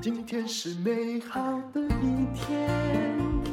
今天是美好的一天。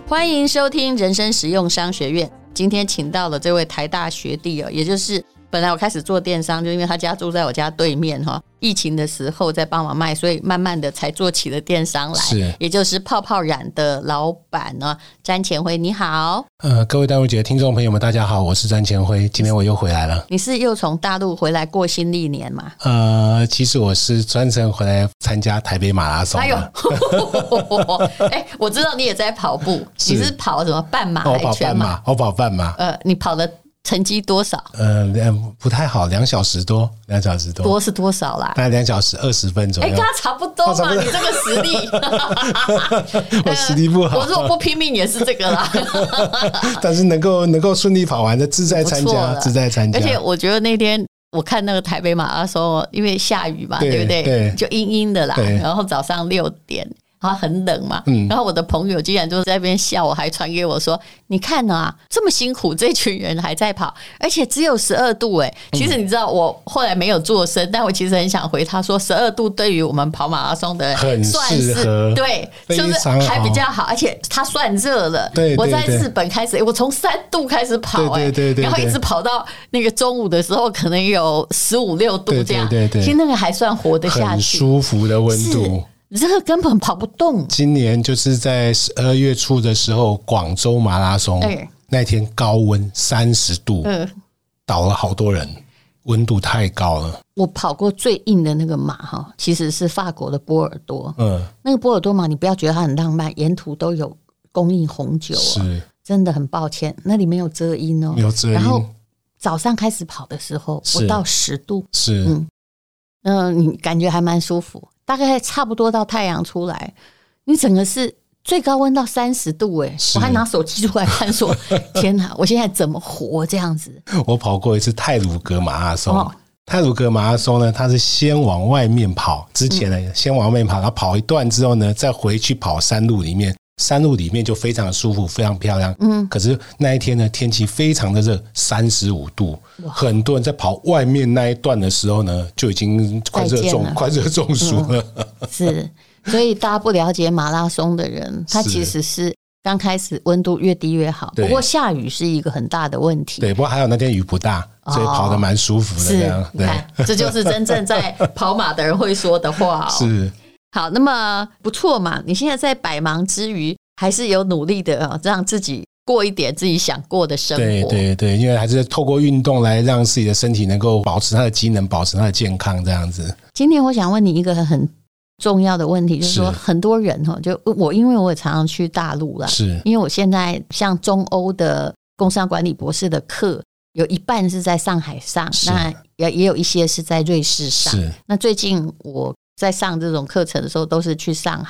欢迎收听人生实用商学院。今天请到了这位台大学弟哦，也就是本来我开始做电商，就因为他家住在我家对面哈、疫情的时候在帮忙卖，所以慢慢的才做起了电商来。是也就是泡泡染的老板呢、詹前辉，你好，呃，各位戴茹姐的听众朋友们，大家好，我是詹前辉，今天我又回来了。你是又从大陆回来过新历年嘛？呃，其实我是专程回来参加台北马拉松哎呦的，， 哎，我知道你也在跑步，是你是跑什么半马我还跑是哎全半哦马，我跑半马，呃，你跑的成绩多少？呃，两不太好，两小时多，两小时多，多是多少啦？大概两小时二十分左哎、右跟。他差不多哦啊差嘛，不多你这个实力， 我实力 不好我，如果不拼命也是这个啦， 但是能够能够顺利跑完的，自在参不错加，了自在参加而。且我觉得那天。我看那个台北马拉松，因为下雨嘛，对不对？对就阴阴的啦。对然后早上六点，然后很冷嘛。然后我的朋友竟然就在那边笑，我还传给我说：“你看啊，这么辛苦，这群人还在跑，而且只有十二度哎、其实你知道，我后来没有做声，但我其实很想回他 说，十二度对于我们跑马拉松的人很算适是合对，非是不是常还比好较好？而且它算热了。对对我在对日本开始，哎诶我从三度开始跑、对哎，对对对然后一对直跑到那个中午的时候，可能有十五六度对这样，对对对其实那个还算活得下很去，舒服的温度。是热根本跑不动，今年就是在十二月初的时候，广州马拉松、哎那天高温三十度，嗯、倒了好多人，温度太高了。我跑过最硬的那个马哈，其实是法国的波尔多。嗯，那个波尔多马，你不要觉得它很浪漫，沿途都有供应红酒、哦，是真的很抱歉，那里没有遮阴哦。没有遮然后阴，早上开始跑的时候，不是到十度，是、嗯嗯、你感觉还蛮舒服，大概差不多到太阳出来，你整个是最高温到三十度、欸，是我还拿手机出来看说，天哪，我现在怎么活这样 子？我跑过一次泰鲁格马拉松。哦泰鲁格马拉松呢，它是先往外面跑，之前呢、嗯先往外面跑，然后跑一段之后呢，再回去跑山路里面，山路里面就非常舒服，非常漂亮。嗯，可是那一天呢，天气非常的热，三十五度，很多人在跑外面那一段的时候呢，就已经快热再见中了 嗯快热中暑了。是，所以大家不了解马拉松的人，他是其实是刚开始温度越低越好，对不过下雨是一个很大的问题。对，不过还有那天雨不大，所以哦跑得蛮舒服的。这是样，，你对，看，这就是真正在跑马的人会说的话、哦。 是。好，那么不错嘛，你现在在百忙之余，还是有努力的、哦、让自己过一点自己想过的生活。对对对，因为还是透过运动来让自己的身体能够保持它的机能，保持它的健康，这样子。今天我想问你一个很重要的问题，就是说是很多人哈，就我因为我也常常去大陆啦，是因为我现在像中欧的工商管理博士的课，有一半是在上海上，是那也也有一些是啊在瑞士上。是，那最近我在上这种课程的时候，都是去上海。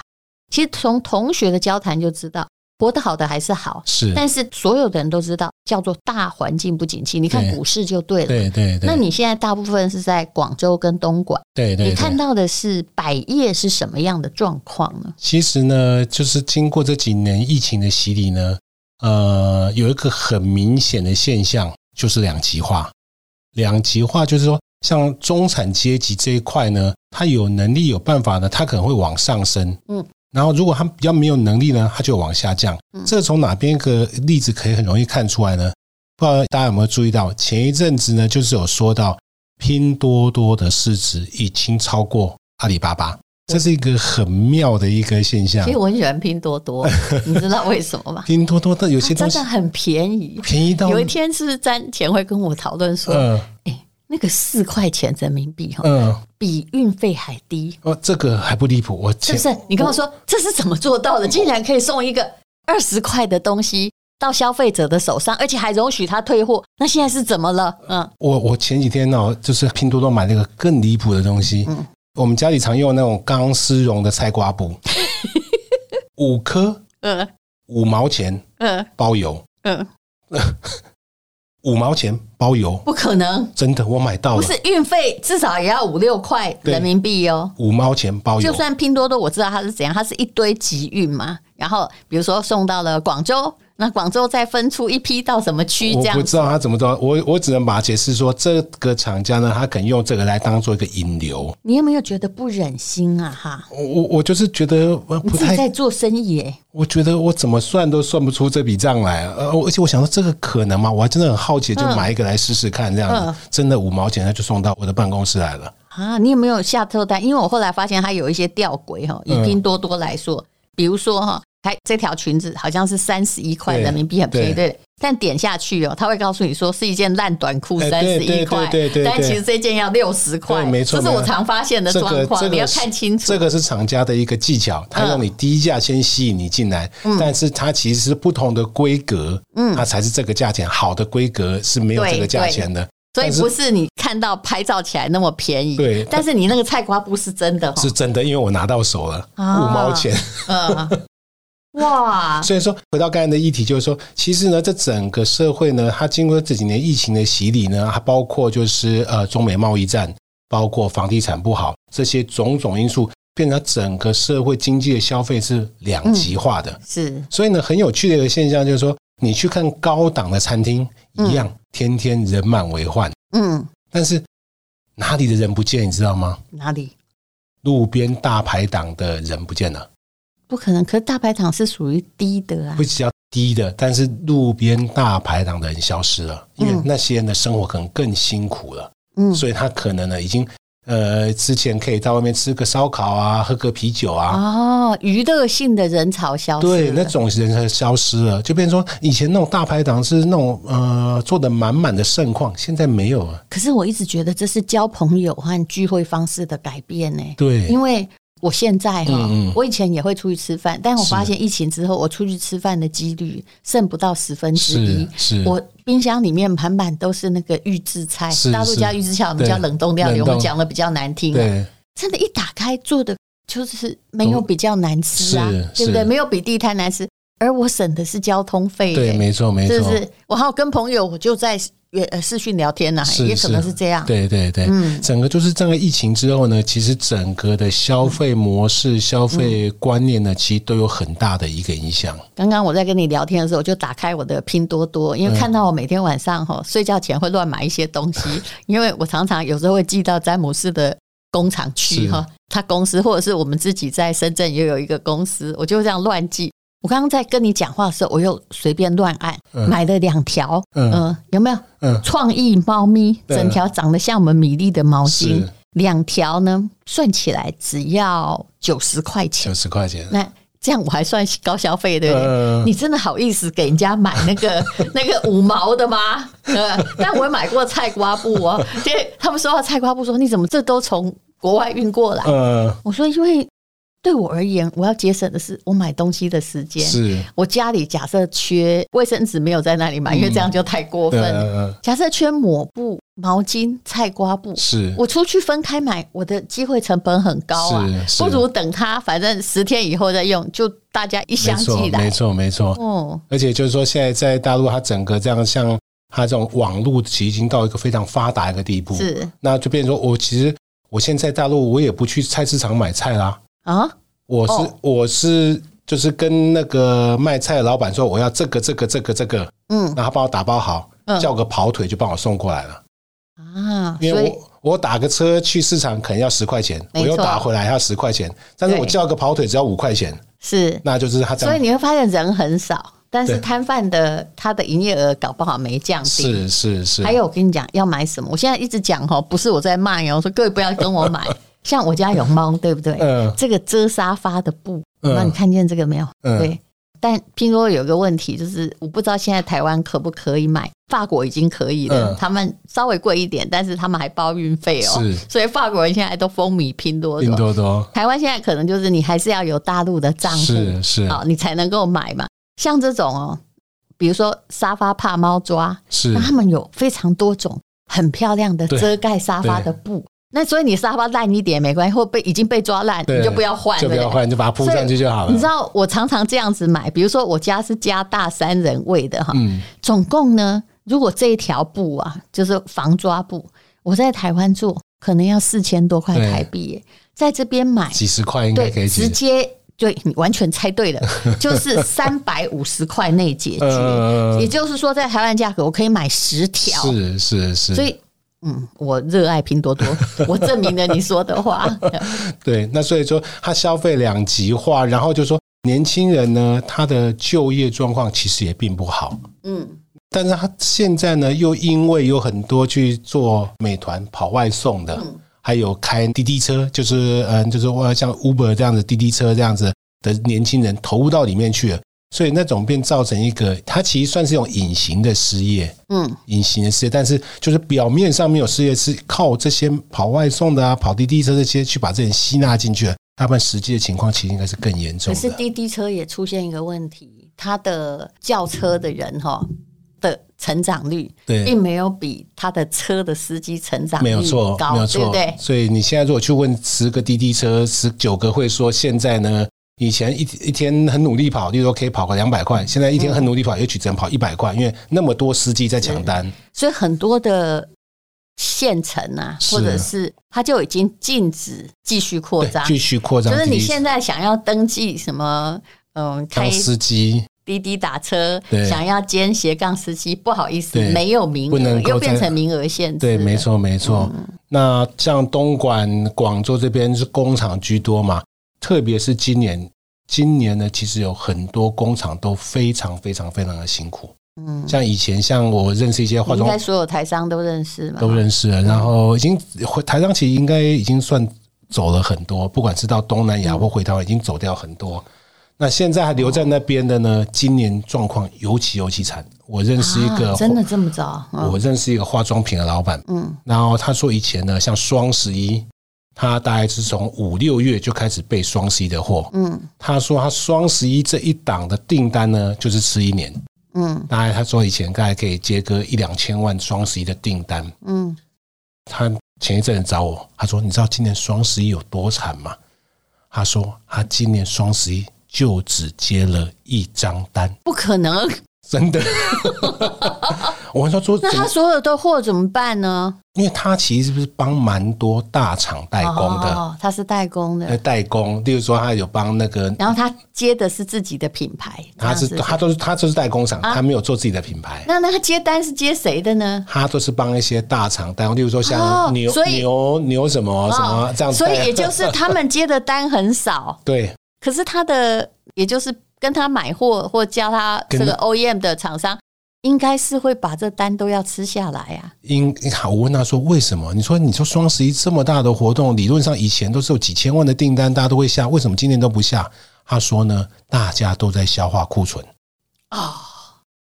其实从同学的交谈就知道，活得好的还是好，是，但是所有的人都知道叫做大环境不景气。你看对股市就对了。对对对，那你现在大部分是在广州跟东莞，对对你看对。到的是百业是什么样的状况呢？其实呢，就是经过这几年疫情的洗礼呢，呃，有一个很明显的现象，就是两极化。两极化就是说，像中产阶级这一块呢，他有能力有办法呢，他可能会往上升，嗯，然后如果他比较没有能力呢，他就往下降。嗯这从哪边一个例子可以很容易看出来呢？不知道大家有没有注意到，前一阵子呢，就是有说到拼多多的市值已经超过阿里巴巴，这是一个很妙的一个现象其实。我很喜欢拼多 多，你知道为什么吗？拼多多的有些它东啊真西的很便宜。便宜到，有一天是不是詹前会跟我讨论说，哎、嗯那个四块钱人民币哈，嗯，比运费还低，哦，这个还不离谱，我是不是？你跟我说这是怎么做到的？竟然可以送一个二十块的东西到消费者的手上，而且还容许他退货，那现在是怎么了？嗯，我我前几天哦，就是拼多多买了一个更离谱的东西。嗯我们家里常用那种钢丝绒的菜 瓜布，五颗呃五毛钱呃包邮，呃，五毛钱包邮，不可能，真的我买到不了，是运费至少也要五六块对人民币哦。五毛钱包就邮，算拼多多，我知道它是怎样，它是一堆集运嘛，然后比如说送到了广州，那广州再分出一批到什么区这我样不知子？道他怎么做，我我只能把它解释说，这个厂家呢，他可能用这个来当做一个引流。你有没有觉得不忍心啊？哈，我我我就是觉得呃你不自己太在做生意耶、我觉得我怎么算都算不出这笔账来，呃，而且我想说这个可能吗？我还真的很好奇，就买一个来试试看，这样子、嗯真的五毛钱他就送到我的办公室来了。啊，你有没有下特单？因为我后来发现它有一些吊诡哈，嗯以拼多多来说，比如说哈，还这条裙子好像是三十一块对人民币，很便宜，对对。但点下去哦，他会告诉你说是一件烂短裤，哎三十对一对块对对，对但对其实这件要六十块，对没错这是没我错常发现的这嗯状个这况，个你要看清楚。这个是厂家的一个技巧，他让你低价先吸引你进来，嗯但是它其实是不同的规格，嗯，它才是这个价钱。好的规格是没有对这个价钱的，所以但是不是你看到拍照起来那么便宜，对但是你那个菜瓜布是真的哈，是真的，因为我拿到手了，五、啊毛钱。 嗯，哇，所以说，回到刚才的议题，就是说，其实呢，这整个社会呢，它经过这几年疫情的洗礼呢，它包括就是呃中美贸易战，包括房地产不好这些种种因素，变成整个社会经济的消费是两极化的。是所以呢，很有趣的一个现象就是说，你去看高档的餐厅，一样、天天人满为患，嗯，但是哪里的人不见，你知道吗？哪里路边大排档的人不见了。不可能？可是大排档是属于低的啊会，比较低的，但是路边大排档的人消失了，因为那些人的生活可能更辛苦了，嗯，所以他可能呢已经呃之前可以到外面吃个烧烤啊，喝个啤酒啊。哦，娱乐性的人潮消失了，对，那种人才消失了，就变成说以前那种大排档是那种呃做的满满的盛况，现在没有了。可是我一直觉得这是交朋友和聚会方式的改变呢、对因，为我现在哈、嗯嗯我以前也会出去吃饭，但我是发现疫情之后，我出去吃饭的几率剩不到十分之是一。是，我冰箱里面满满都是那个预制菜，是大陆是叫预制菜，我们对叫冷冻料理，冷我冻们讲的比较难听、啊。对真的，一打开做的就是没有比较难吃啊是，对不对？是没有比地摊难吃，而我省的是交通费、对，欸没错没错，是不是？我还有跟朋友，我就在也呃视讯聊天呐、是也可能是这样。对对对，嗯整个就是这个疫情之后呢，其实整个的消费模式、嗯消费观念呢，其实都有很大的一个影响。刚刚我在跟你聊天的时候，我就打开我的拼多多，嗯因为看到我每天晚上哈、睡觉前会乱买一些东西， 因为我常常有时候会寄到詹姆斯的工厂去是哈，他公司或者是我们自己在深圳也有一个公司，我就这样乱寄。我刚刚在跟你讲话的时候，我又随便乱按，嗯买了两条，嗯、嗯有没有？嗯，创意猫咪，对整条长得像我们米粒的毛巾是，两条呢，算起来只要九十块钱九。十块钱，那这样我还算高消费，对不对？嗯你真的好意思给人家买那 个那个五毛的吗？呃，但我也买过菜瓜布哦。这他们说到菜瓜布说，你怎么这都从国外运过来？呃，我说，因为对我而言，我要节省的是我买东西的时间。是，我家里假设缺卫生纸，没有在那里买，因为这样就太过分嗯了。嗯嗯，假设缺抹布、毛巾、菜瓜布，是，我出去分开买，我的机会成本很高啊，是是不如等它，反正十天以后再用，就大家一没箱错，寄没来。错，没错。哦，而且就是说，现在在大陆，它整个这样像它这种网络，其实已经到一个非常发达的一个地步。，是那就变成说我其实我现在在大陆，我也不去菜市场买菜啦。啊，我是、哦我是就是跟那个卖菜的老板说，我要这个这个这个这个，嗯然后他帮我打包好，嗯叫个跑腿就帮我送过来了。啊，因所为以我我打个车去市场可能要十块钱，没我错又打回来要十块钱，但是对我叫个跑腿只要五块钱，是，那就是他这所以样。你会发现人很少，但是对摊贩的他的营业额搞不好没降低。是是是，还有我跟你讲要买什么，我现在一直讲哈，不是我在骂哦，我说各位不要跟我 买。像我家有猫，对不对？嗯这个遮沙发的布，嗯那你看见这个没有？嗯对。但拼多多有个问题，就是我不知道现在台湾可不可以买，法国已经可以了，嗯他们稍微贵一点，但是他们还包运费哦是，所以法国人现在都风靡拼多拼多。多多台湾现在可能就是你还是要有大陆的账户，哦是是好，你才能够买嘛。像这种哦，比如说沙发怕猫抓，是那他们有非常多种很漂亮的对遮盖沙发的布。那所以你沙发烂一点也没关系，或被已经被抓烂，对你就不要换，就不对要对换，就把它铺上去就好了。你知道我常常这样子买，比如说我家是加大三人位的哈，嗯，总共呢，如果这一条布啊，就是防抓布，我在台湾做可能要四千多块对台币耶，在这边买几十块应该可对，以直几，接对，你完全猜对 了，就是三百五十块内解决。呃也就是说，在台湾价格，我可以买十条。是是是，所以，嗯，我热爱拼 多多，我证明了你说的话。对，那所以说它消费两极化，然后就说年轻人呢，他的就业状况其实也并不好，嗯，但是他现在呢，又因为有很多去做美团跑外送的，还有开滴滴车，就是嗯，就是哇像 Uber 这样子滴滴车这样子的年轻人投入到里面去了，所以那种便造成一个，它其实算是一种隐形的失业，嗯，隐形的失业，但是就是表面上没有失业，是靠这些跑外送的啊、跑滴滴车这些去把这人吸纳进去了，他们实际的情况其实应该是更严重可是的。滴滴车也出现一个问题，它的叫车的人哈的成长率，对并没有比他的车的司机成长率没有错，高，没有对不错。对？所以你现在如果去问十个滴滴车，十九个会说现在呢，以前一一天很努力跑，例如说可以跑个两百嗯块，现在一天很努力跑，也许只能跑一百块，因为那么多司机在抢单。所以很多的县城啊，是或者是它就已经禁止继续扩对张，，继续扩张就滴是滴。你现在想要登记什么，嗯，开当司机滴滴打车对，想要兼斜杠司机，不好意思对，没有名不能额，够又变再成名额限制。对，没。错，没错。嗯那像东莞、广州这边是工厂居多嘛，特别是今年，今年呢，其实有很多工厂都非常非常非常的辛苦。嗯，像以前，像我认识一些化你应妆该嗯所有台商都认识嘛？都认识了，然后已经回台商其实应该已经算走了很多，不管是到东南嗯亚或回台湾，已经走掉很多。那现在还留在那边的呢，嗯今年状况尤其尤其惨。我认识一个、啊真的这么早？嗯我认识一个化妆品的老板，嗯然后他说以前呢，像双十一，他大概是从五六月就开始备双十一的货。嗯他说他双十一这一档的订单呢，就是吃一年。嗯大概他说以前大概可以接个一两千万双十一的订单，嗯，他前一阵子找我，他说：“你知道今年双十一有多惨吗？”他说：“他今年双十一就只接了一张单，不可能。 真的。”我跟他说：“那怎他么所有的货怎么办呢？因为他其实是不是帮蛮多大厂代工的，哦，他是代工呃，的，代工，例如说他有帮那个，然后他接的是自己的品牌，他是这样子啊他都是他就是代工厂，他没有做自己的品牌。”那那他接单是接谁的呢？他都是帮一些大厂代工，例如说哦像牛、所以哦牛牛什么哦什么这样子所代，，以也就是 他们接的单很少对可是他的也就是跟他买货或叫他这跟个 OEM 的厂商，应该是会把这单都要吃下来啊。因好，我问他说为什么？你说你说双十一这么大的活动，理论上以前都是有几千万的订单，大家都会下，为什么今年都不下？他说呢，大家都在消化库存，哦，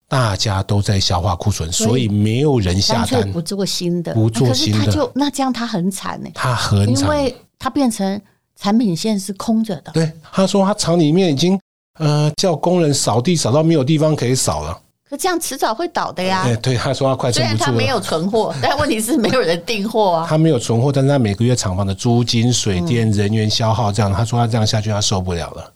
大家都在消化库存，所所以以没有人下干脆单不，做新的，哎不做可是新的他就那这样他很惨呢、他很因惨。为他变成产品线是空着的。对，他说他厂里面已经呃叫工人扫地扫到没有地方可以扫了。可这样迟早会倒的呀哎、。对，他说他快虽撑然不啊他住没有了。存货， 但问题是没有人订货啊。他没有存货，但是他每个月厂房的租金、水电、人员消耗这样，他说他这样下去他受不了了。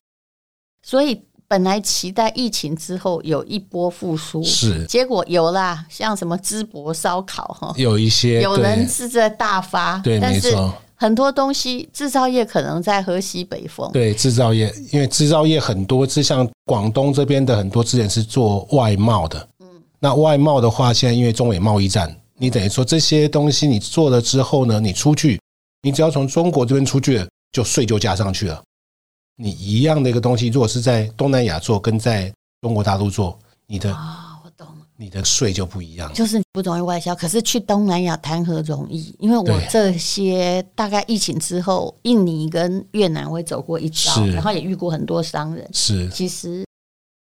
所以本来期待疫情之后有一波复苏，是结果有啦，像什么淄博烧烤哈，有一些有对人是在大发，对但是没错很多东西制造业可能在喝西北风，对制造业，因为制造业很多是像广东这边的很多之前是做外贸的，嗯，那外贸的话，现在因为中美贸易战，你等于说这些东西你做了之后呢，你出去，你只要从中国这边出去了，就税就加上去了。你一样的一个东西，如果是在东南亚做跟在中国大陆做，你的啊、我懂了，你的税就不一样。就是你不容易外销，可是去东南亚谈何容易？因为我对这些大概疫情之后，印尼跟越南我也走过一遭，是然后也遇过很多商人，是其实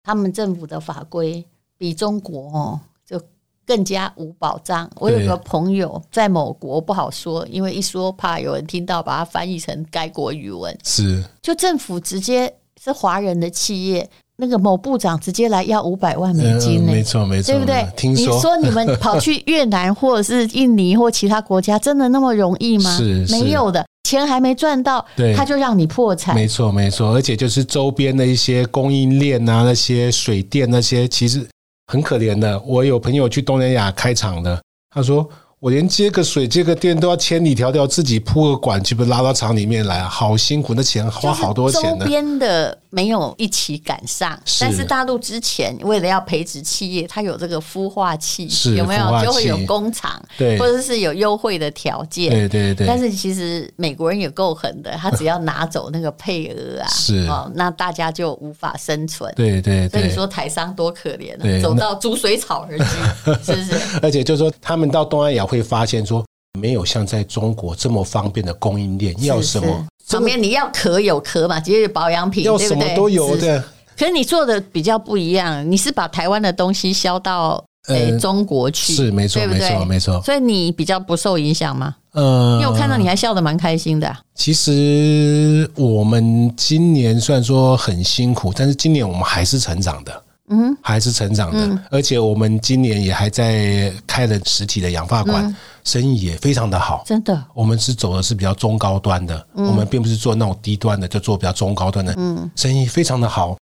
他们政府的法规比中国哦就更加无保障。我有对个朋友在某国不好说，因为一说怕有人听到，把它翻译成该国语文。是，就政府直接是华人的企业，那个某部长直接来要五百万美金呢、呃没错没错，对不对？听你说你们跑去越南或者是印尼或其他国家，真的那么容易吗？ 是是没有的，钱还没赚到对，他就让你破产。没错，没错，而且就是周边的一些供应链啊，那些水电那些，其实很可怜的。我有朋友去东南亚开厂的，他说我连接个水、接个电都要千里迢迢自己铺个管去，不拉到厂里面来，好辛苦，那钱花好多就是钱周呢。边的没有一起赶上，是但是大陆之前为了要培植企业，它有这个孵化器，是有没有孵化器就会有工厂，对或者是有优惠的条件，对对对，但是其实美国人也够狠的，他只要拿走那个配额啊，是哦，那大家就无法生存。对对所以对你，说台商多可怜啊，对走那到逐水草 而居，是不是？而且就是说，他们到东南亚会发现说，没有像在中国这么方便的供应链，要是什是么旁边你要壳有壳嘛，其实保养品，要对什不么对都有。是的，可是你做的比较不一样，你是把台湾的东西销到诶、呃中国去，是没错对不没对错没错。所以你比较不受影响吗？呃因为我看到你还笑得蛮开心的啊、其实我们今年虽然说很辛苦，但是今年我们还是成长的，嗯，还是成长的，嗯而且我们今年也还在开了实体的养发馆，嗯生意也非常的好。真的。我们是走的是比较中高端的，嗯我们并不是做那种低端的，就做比较中高端的，嗯，生意非常的好。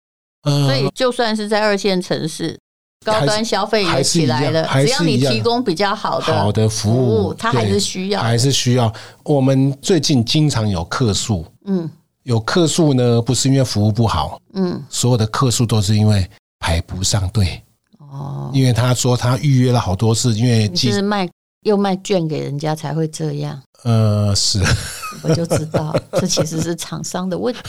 呃，所以就算是在二线城市，高端消费也起来了，还只是一要样还是你一样提供比较好的好的服务，它还对是需要的还是需要。我们最近经常有客诉，嗯有客诉呢，不是因为服务不好，嗯所有的客诉都是因为排不上队，哦，因为他说他预约了好多次，因为你是记卖又卖券给人家才会这样，呃是，我就知道这其实是厂商的问题。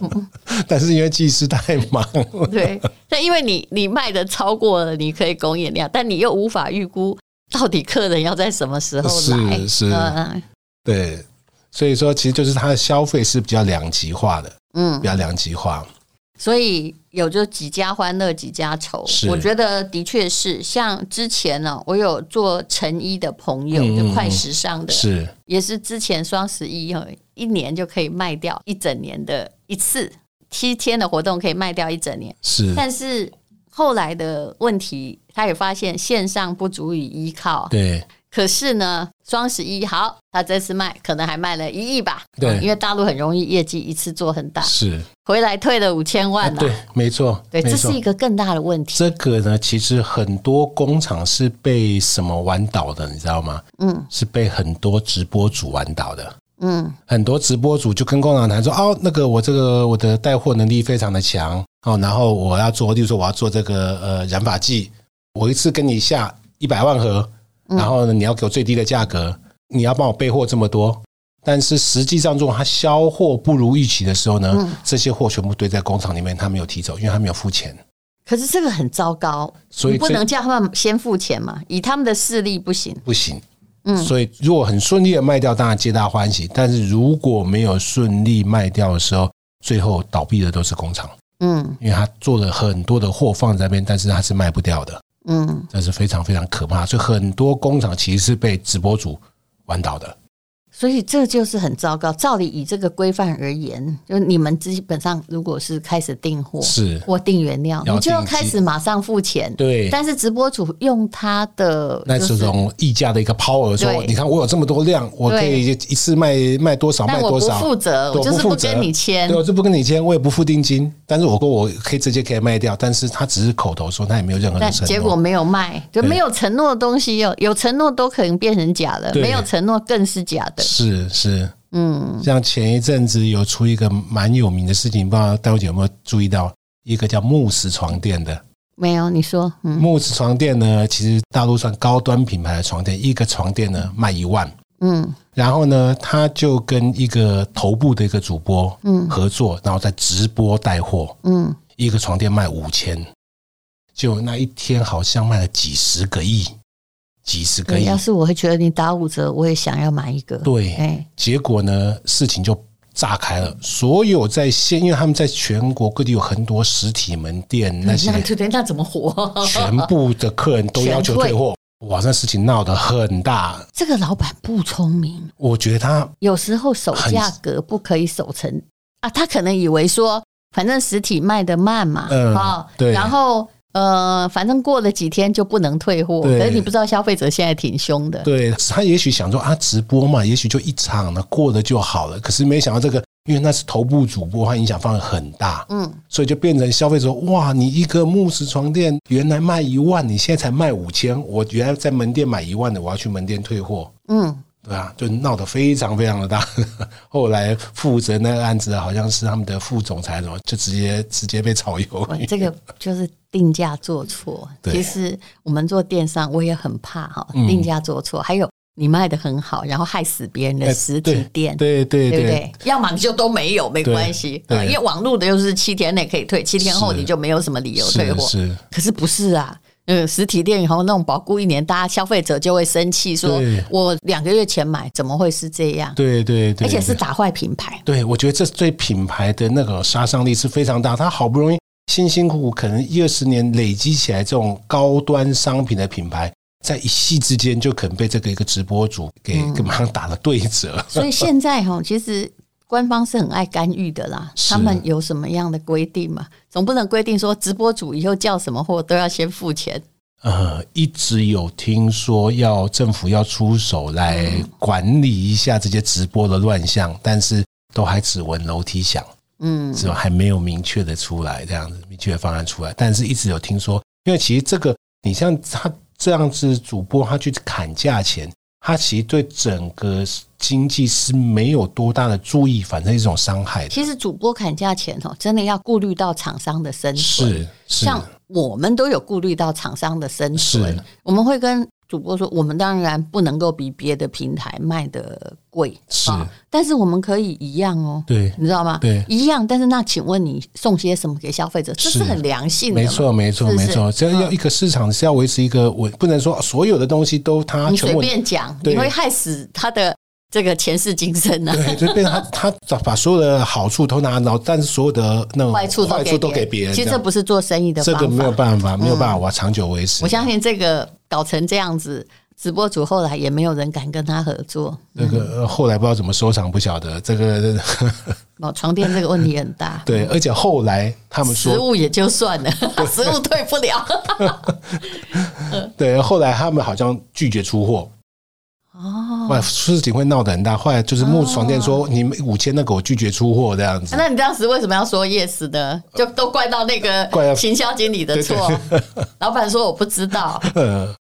嗯 但是因为技师太忙，对，但因为你 你卖的超过了你可以供应量，但你又无法预估到底客人要在什么时候来。是是嗯对，所以说其实就是他的消费是比较两极化的，嗯比，较两极化，所以有就几家欢乐几家愁是，我觉得的确是。像之前呢、我有做成衣的朋友，嗯嗯就快时尚的，是也是之前双十一哦，一年就可以卖掉一整年的一次，七天的活动可以卖掉一整年。是，但是后来的问题，他也发现线上不足以依靠，对可是呢，双十一好，他这次卖可能还卖了一亿吧，哦对因为大陆很容易业绩一次做很大，是，回来退了五千万了、啊对，没错，啊对，没这错是一个更大的问题。这个呢，其实很多工厂是被什么玩倒的，你知道吗？嗯是被很多直播主玩倒的。嗯，很多直播主就跟工厂谈说，哦，那个我这个我的带货能力非常的强，哦，然后我要做，例如说我要做这个呃染发剂，我一次跟你下一百万盒，嗯然后呢你要给我最低的价格，你要帮我备货这么多。但是实际上，如果他销货不如预期的时候呢，嗯这些货全部堆在工厂里面，他没有提走，因为他没有付钱。可是这个很糟糕，所以你不这能叫他们先付钱嘛，以他们的势力不行。不行。嗯所以如果很顺利的卖掉，当然皆大欢喜；但是如果没有顺利卖掉的时候，最后倒闭的都是工厂，嗯因为他做了很多的货放在那边，但是他是卖不掉的，嗯，这是非常非常可怕。所以很多工厂其实是被直播主玩倒的。所以这就是很糟糕。照理以这个规范而言，就你们基本上如果是开始订货是或订原料，要你就要订开机始马上付钱。对但是直播主用他的那就这是种溢价的一个 power，说对你看我有这么多量，我可以一次卖卖多少卖但我多不少，负责，对我就是负不责跟你签对，。我就不跟你签，我也不付定金，但是我说我可以直接可以卖掉，但是他只是口头说，他也没有任何的但承诺。结果没有卖，就没有承诺的东西有有承诺都可能变成假的，对没有承诺更是假的。是是，嗯，像前一阵子有出一个蛮有名的事情，不知道大家有没有注意到，一个叫慕斯床垫的。没有，你说，嗯慕斯床垫呢，其实大陆算高端品牌的床垫，一个床垫呢卖一万。嗯然后呢，他就跟一个头部的一个主播嗯合作，然后在直播带货， 嗯，一个床垫卖五千，就那一天好像卖了几十个亿，几十个对，亿。嗯要是我会觉得你打五折，我也想要买一个。对，哎，结果呢，事情就炸开了。所有在线，因为他们在全国各地有很多实体门店，那些嗯那对对，那怎么活？ 全部的客人都要求退货。哇，那事情闹得很大。这个老板不聪明，我觉得他有时候守价格不可以守成啊，他可能以为说，反正实体卖的慢嘛，嗯啊、对然后呃，反正过了几天就不能退货，对可是你不知道消费者现在挺凶的，对他也许想说啊，直播嘛，也许就一场呢，过了就好了。可是没想到这个，因为那是头部主播，他影响范围很大。嗯，所以就变成消费者说哇，你一个木石床垫原来卖一万，你现在才卖五千，我原来在门店买一万的，我要去门店退货。嗯，对啊，就闹得非常非常的大。 后来负责那个案子的好像是他们的副总裁，什么就直接直接被炒我鱿鱼。这个就是定价做错。对嗯其实我们做电商，我也很怕哈，定价做错，还有你卖的很好，然后害死别人的哎实体店。对对对对不对？要么你就都没有，没对关系，对啊因为网络的又是七天内可以退，七天后是你就没有什么理由退是货。是，可是不是啊？嗯，实体店以后那种保固一年，大家消费者就会生气，说对我两个月前买怎么会是这样？对对对，而且是对打坏品牌。 对，我觉得这对品牌的那个杀伤力是非常大。它好不容易辛辛苦苦，可能一二十年累积起来这种高端商品的品牌，在一夕之间就可能被这个一个直播主给给马上打了 对折。所以现在哈，其实官方是很爱干预的啦。是他们有什么样的规定嘛？总不能规定说直播主以后叫什么货都要先付钱。呃，一直有听说要政府要出手来管理一下这些直播的乱象，但是都还只闻楼梯响。嗯，是吧？还没有明确的出来这样子明确的方案出来，但是一直有听说，因为其实这个你像他这样子主播，他去砍价钱，他其实对整个经济是没有多大的注意，反正一种伤害的。其实主播砍价钱哦，真的要顾虑到厂商的生存。是是像我们都有顾虑到厂商的生存是，我们会跟主播说，我们当然不能够比别的平台卖的贵，是啊但是我们可以一样哦，对你知道吗？对一样。但是那请问你送些什么给消费者？这是是很良性的，没错，。没错，是嗯不没是错。这要一个市场是要维持一个稳，不能说所有的东西都它你全随部便讲，对你会害死他的这个前世今生呢、啊。对，就变成他他把所有的好处都拿到，但是所有的那种坏处坏处都给别人。其实这这样不是做生意的这方法。嗯个没有办法，没有办法，我要长久维持。我相信这个搞成这样子，直播主后来也没有人敢跟他合作。那个呃后来不知道怎么收场，不晓得这个。哦，床垫这个问题很大对，而且后来他们食说，物也就算了，食物退不 了。对，后来他们好像拒绝出货，哦，后来事情会闹得很大。后来就是木床店说，嗯你们五千那个我拒绝出货这样子，那你当时为什么要说 yes 呢？就都怪到那个怪到行销经理的错。老板说我不知道，啊呃，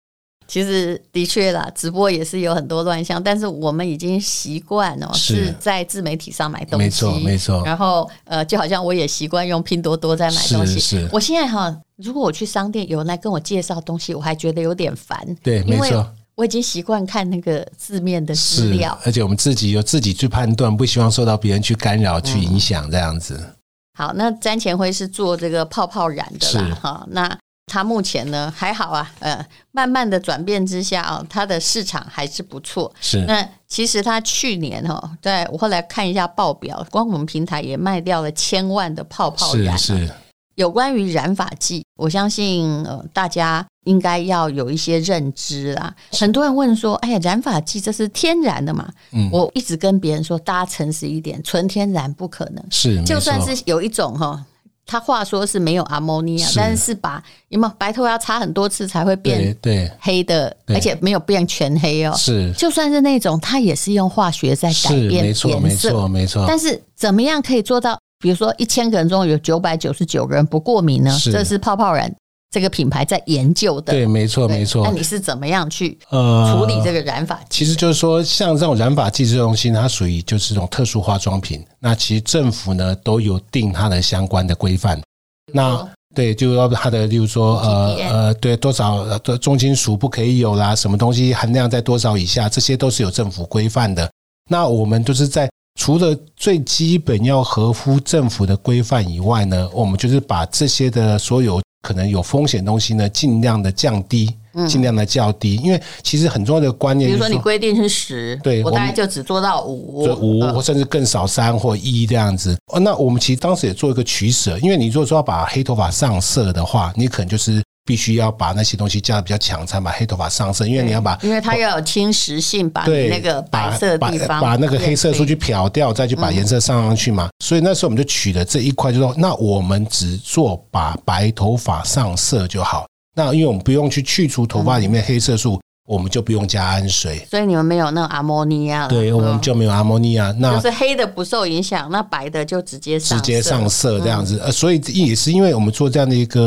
其实的确啦，直播也是有很多乱象，但是我们已经习惯哦，是是在自媒体上买东西，没错没错然后呃，就好像我也习惯用拼多多在买东西。 是是我现在哈，如果我去商店有人来跟我介绍东西，我还觉得有点烦，对因没为错我已经习惯看那个字面的资是料。，而且我们自己有自己去判断，不希望受到别人去干扰、去影响这样嗯子。好，那詹前辉是做这个泡泡染的是啦，哈，那他目前呢还好啊，呃，慢慢的转变之下啊、他的市场还是不错。是那其实他去年哦，在我后来看一下报表，光我们平台也卖掉了千万的泡泡是染。啊是，有关于染发剂，我相信呃大家应该要有一些认知啦。很多人问说：“哎呀，染发剂这是天然的嘛？”嗯我一直跟别人说，大家诚实一点，纯天然不可能。是，没就错算是有一种哈，他话说是没有阿莫尼亚，是但是把有没有白头要擦很多次才会对变对黑的，对而且没有变全黑哦。是就算是那种，它也是用化学在改是变没错没颜色，错没错，但是怎么样可以做到？比如说，一千个人中有九百九十九个人不过敏呢？是这是泡泡染这个品牌在研究的。对没错对没错那。你是怎么样去呃，处理这个染发剂？其实就是说，像这种染发剂这种东西，它属于就是这种特殊化妆品。那其实政府呢都有定它的相关的规范。嗯那对，就要它的，例如说，呃 GPM 呃，对，多少呃多重金属不可以有啦，什么东西含量在多少以下，这些都是有政府规范的。那我们就是在除了最基本要合乎政府的规范以外呢，我们就是把这些的所有可能有风险的东西呢，尽量的降低，尽量的较低。因为其实很重要的观嗯念，比如就说是你规定是十，对我大我概们就只做到五，就五呃或甚至更少三或一这样子。哦，那我们其实当时也做一个取舍，因为你如果说要把黑头发上色的话，你可能就是必须要把那些东西加的比较强，才把黑头发上色，因为你要把因为它要有侵蚀性，把你对那个白色的地方把把把那个黑色变出黑嗯去漂掉，再去把颜色上上去嘛。所以那时候我们就取了这一块，就说那我们只做把白头发上色就好。那因为我们不用去去除头发里嗯面黑色素，我们就不用加氨水。所以你们没有那种阿莫尼亚了，对，我们嗯就没有阿莫尼亚。那就是黑的不受影响，那白的就直接上直接色嗯上色这样子，呃，所以也是因为我们做这样的一个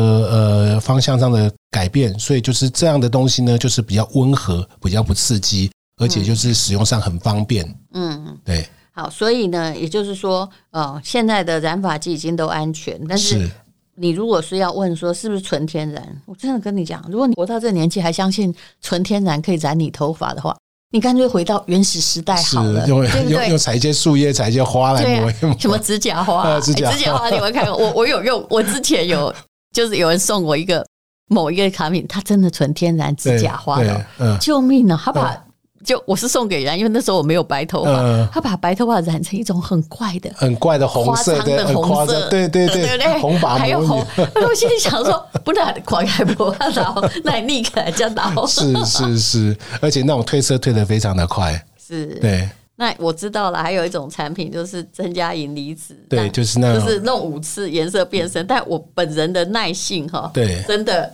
呃方向上的改变，所以就是这样的东西呢，就是比较温和，比较不刺激。而且就是使用上很方便。嗯，对，好，所以呢，也就是说，呃，现在的染发剂已经都安全，但是是你如果是要问说是不是纯天然，我真的跟你讲，如果你活到这个年纪还相信纯天然可以染你头发的话，你干脆回到原始时代是哎好了，用 对不用用对？啊采一些树叶、采一些花来对磨啊一磨。什么指甲花、啊啊指甲哎花你有没有看过？我我有用，我之前有，就是有人送我一个某一个产品，它真的纯天然指对甲花对的哦，嗯，救命啊！他把、就我是送给人，因为那时候我没有白头发，啊嗯他把白头发染成一种很怪的。很怪的红夸张色的很红夸色，张，对对对不对，红发还有红。魔女，我心里想说，不然狂开不怕刀，那你可叫 刀是是是，而且那种褪色褪得非常的快，是。对那我知道了，还有一种产品就是增加银离子，对，但就是那就是种弄五次颜色变深，但我本人的耐性哈，对真的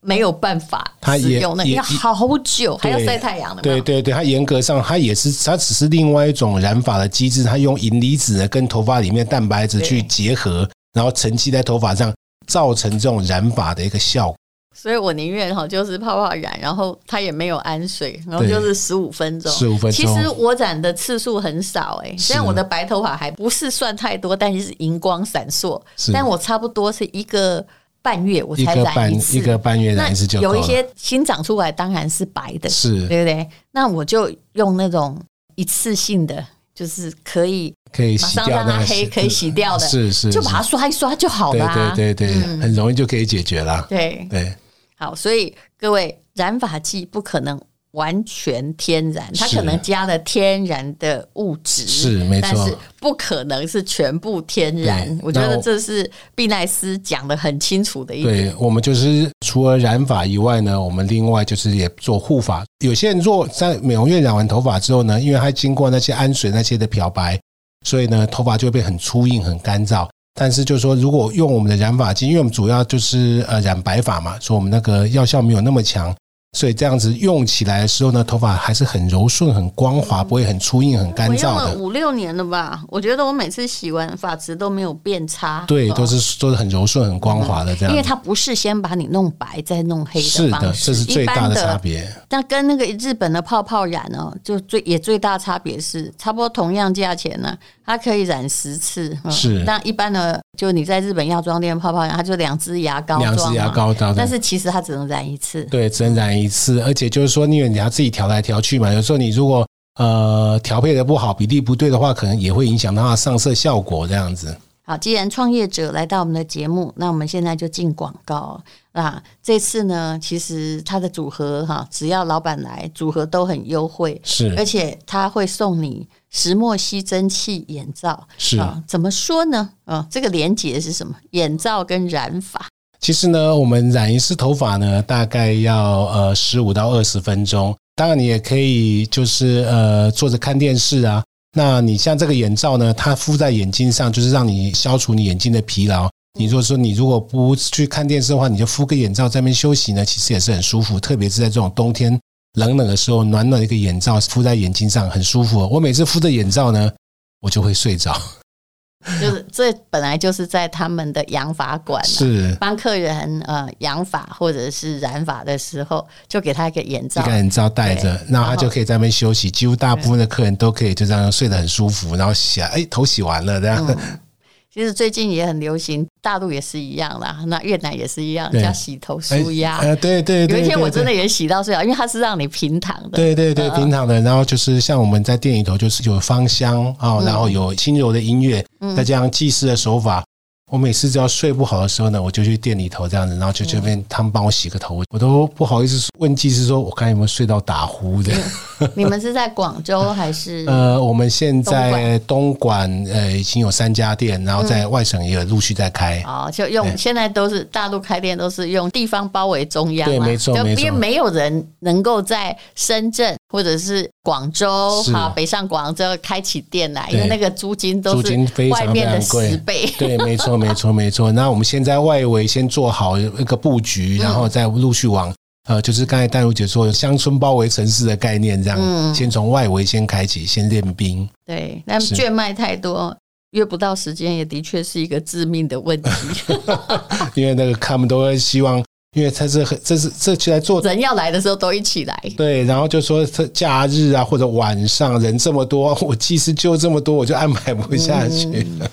没有办法它使也用那个，也要好久，还要对晒太阳的嘛，对对对，它严格上它也是，它只是另外一种染发的机制，它用银离子呢跟头发里面蛋白质去对结合，然后沉积在头发上，造成这种染发的一个效果。所以我宁愿哈，就是泡泡染，然后它也没有安水，然后对就是十五分钟。 15分钟其实我染的次数很少哎、虽然是啊我的白头发还不是算太多，但是荧光闪烁是，但我差不多是一个半月我一才个染半次。一个半月染一次就那够有了。一些新长出来当然是白的，是对不对？那我就用那种一次性的，就是可以可以马洗上掉让那它个黑，是可以洗掉的，是是就把它啊是刷一刷就好啦、对对对嗯对，很容易就可以解决啦。对对，好，所以各位，染发剂不可能完全天然，它是可能加了天然的物质，是没错但是不可能是全部天然对。我觉那得我这是毕奈斯讲的很清楚的一点。对我们就是除了染发以外呢，我们另外就是也做护发。有些人做在美容院染完头发之后呢，因为它经过那些氨水那些的漂白，所以呢头发就会变很粗硬、很干燥。但是就是说，如果用我们的染发剂，因为我们主要就是呃染白发嘛，所以我们那个药效没有那么强，所以这样子用起来的时候呢，头发还是很柔顺、很光滑，不会很粗硬、很干我用燥了的。五六年了吧，我觉得我每次洗完发质都没有变差，对，哦都是都是很柔顺、很光滑的这样。因为它不是先把你弄白再弄黑是方的，式，这是最大一般的的差别。那跟那个日本的泡泡染哦，就最也最大差别是，差不多同样价钱呢、它可以染十次。嗯、是但一般的就你在日本药妆店泡泡染，它就两支牙膏两装支嘛牙膏到的但是其实它只能染一次。对，只能染一次，而且就是说，因为你要自己调来调去嘛，有时候你如果呃调配的不好，比例不对的话，可能也会影响到它的上色效果这样子。好，既然创业者来到我们的节目，那我们现在就进广告啊。这次呢，其实它的组合哈、只要老板来，组合都很优惠，是而且他会送你石墨烯蒸汽眼罩。是啊、怎么说呢？啊，这个连结是什么？眼罩跟染 发，其实呢，我们染一次头发呢，大概要呃十五到二十分钟。当然，你也可以就是呃坐着看电视啊。那你像这个眼罩呢，它敷在眼睛上，就是让你消除你眼睛的疲劳。你如果说你如果不去看电视的话，你就敷个眼罩在那边休息呢，其实也是很舒服。特别是在这种冬天冷冷的时候，暖暖的一个眼罩敷在眼睛上很舒服。哦我每次敷着眼罩呢，我就会睡着。就是这本来就是在他们的养发馆、啊。是帮客人呃养发或者是染发的时候，就给他一个眼罩一个，人罩戴着，然后他就可以在那边休息。几乎大部分的客人都可以就这样睡得很舒服，然后洗来，哎，头洗完了这样。嗯其实最近也很流行，大陆也是一样啦，那越南也是一样，对叫洗头哎梳压。呃，对对有对。一天对我真的。嗯对也洗到睡着，因为它是让你平躺的。对对对，平躺的，然后就是像我们在店里头，就是有芳香啊，嗯然后有轻柔的音乐，再加上技师的手法。我每次只要睡不好的时候呢，我就去店里头这样子，然后就这边他们帮我洗个头，我都不好意思问技师说，我看有没有睡到打呼这样。你们是在广州还是？ 呃，我们现在东莞呃已经有三家店，然后在外省也有陆续在开。哦，就用对现在都是大陆开店都是用地方包围中央嘛，对没错就没错因为没有人能够在深圳或者是广州是啊北上广州开起店来，因对为那个租金都租是金非外常非面的常十贵倍。 对，没错，没错，没错。那我们现在外围先做好一个布局，然后再陆续往呃，就是刚才戴茹姐说的乡村包围城市的概念，这样、先从外围先开启，先练兵。对，那是券卖太多。约不 到时间也的确是一个致命的问题，因为那个他们都会希望因为它是很这是这起来做人要来的时候都一起来。对，然后就说这假日啊或者晚上人这么多，我技师就这么多，我就安排不下去了。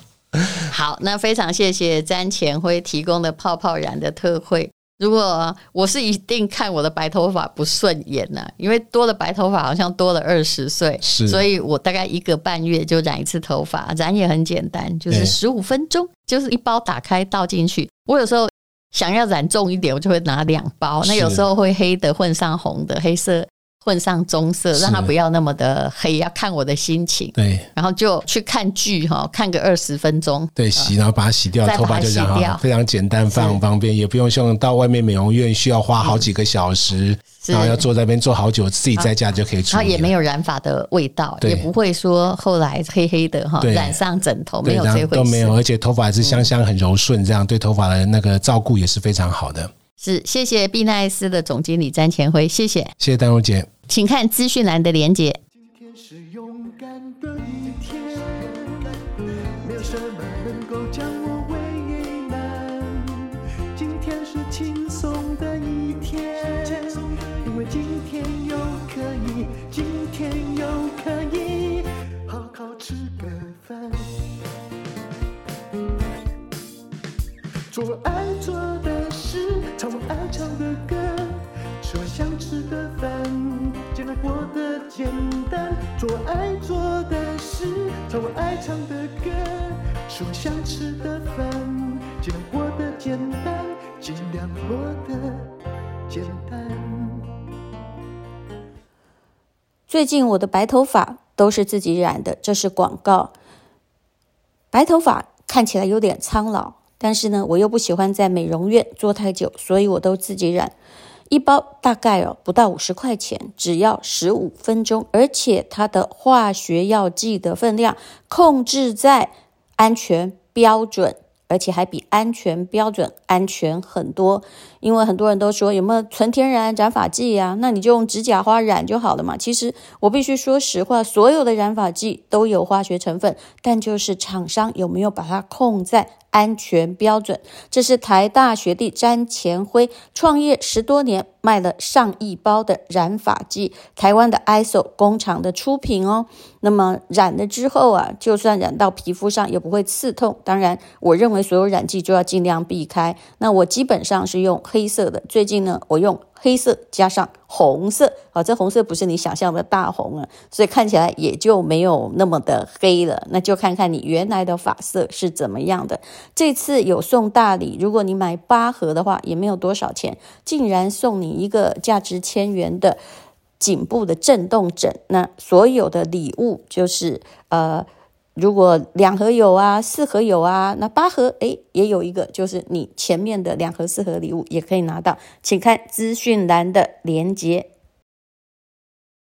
好，那非常谢谢詹前辉提供的泡泡染的特惠。如果我是一定看我的白头发不顺眼呐、因为多了白头发好像多了二十岁，是所以我大概一个半月就染一次头发，染也很简单，就是对十五分钟，就是一包打开倒进去。我有时候想要染重一点，我就会拿两包，那是有时候会黑的混上红的，黑色混上棕色，是让它不要那么的黑，要看我的心情。对然后就去看剧哈，看个二十分钟，对，洗然后把它洗掉，啊再把头发它就染洗掉好，非常简单，非常方便，也不用像到外面美容院需要花好几个小时，是然后要坐在那边坐好久，自己在家就可以处然后理了。也啊没有染发的味道，对也不会说后来黑黑的哈，对染上枕头没对，有然这后回都没有，事。而且头发还是香香很柔顺，这样对头发的那个照顾也是非常好的。是，谢谢碧奈斯的总经理詹前辉，谢谢，谢谢丹如姐。请看资讯栏的连接。今天是勇敢的一天，没有什么能够将我为难。今天是轻松的一天，因为今天又可以，今天又可以好好吃个饭，做我爱做的事，唱我爱唱的歌。吃我想吃的饭，尽量过得简单，做我爱做的事，唱我爱唱的歌，吃我想吃的饭，尽量过得简单，尽量过得简单。最近我的白头发都是自己染的，这是广告。白头发看起来有点苍老，但是呢，我又不喜欢在美容院做太久，所以我都自己染。一包大概哦不到五十块钱，只要十五分钟，而且它的化学药剂的分量控制在安全标准，而且还比安全标准安全很多。因为很多人都说有没有纯天然染发剂呀、那你就用指甲花染就好了嘛。其实我必须说实话，所有的染发剂都有化学成分，但就是厂商有没有把它控在安全标准。这是台大学弟詹前辉创业十多年，卖了上亿包的染发剂，台湾的 ISO 工厂的出品哦。那么染了之后啊，就算染到皮肤上也不会刺痛。当然，我认为所有染剂就要尽量避开。那我基本上是用黑色的，最近呢，我用黑色加上红色，啊，这红色不是你想象的大红啊，所以看起来也就没有那么的黑了。那就看看你原来的发色是怎么样的。这次有送大礼，如果你买八盒的话，也没有多少钱，竟然送你一个价值千元的颈部的震动枕。那所有的礼物就是呃。如果两盒有啊，四盒有啊，那八盒诶也有一个，就是你前面的两盒、四盒礼物也可以拿到，请看资讯栏的连接。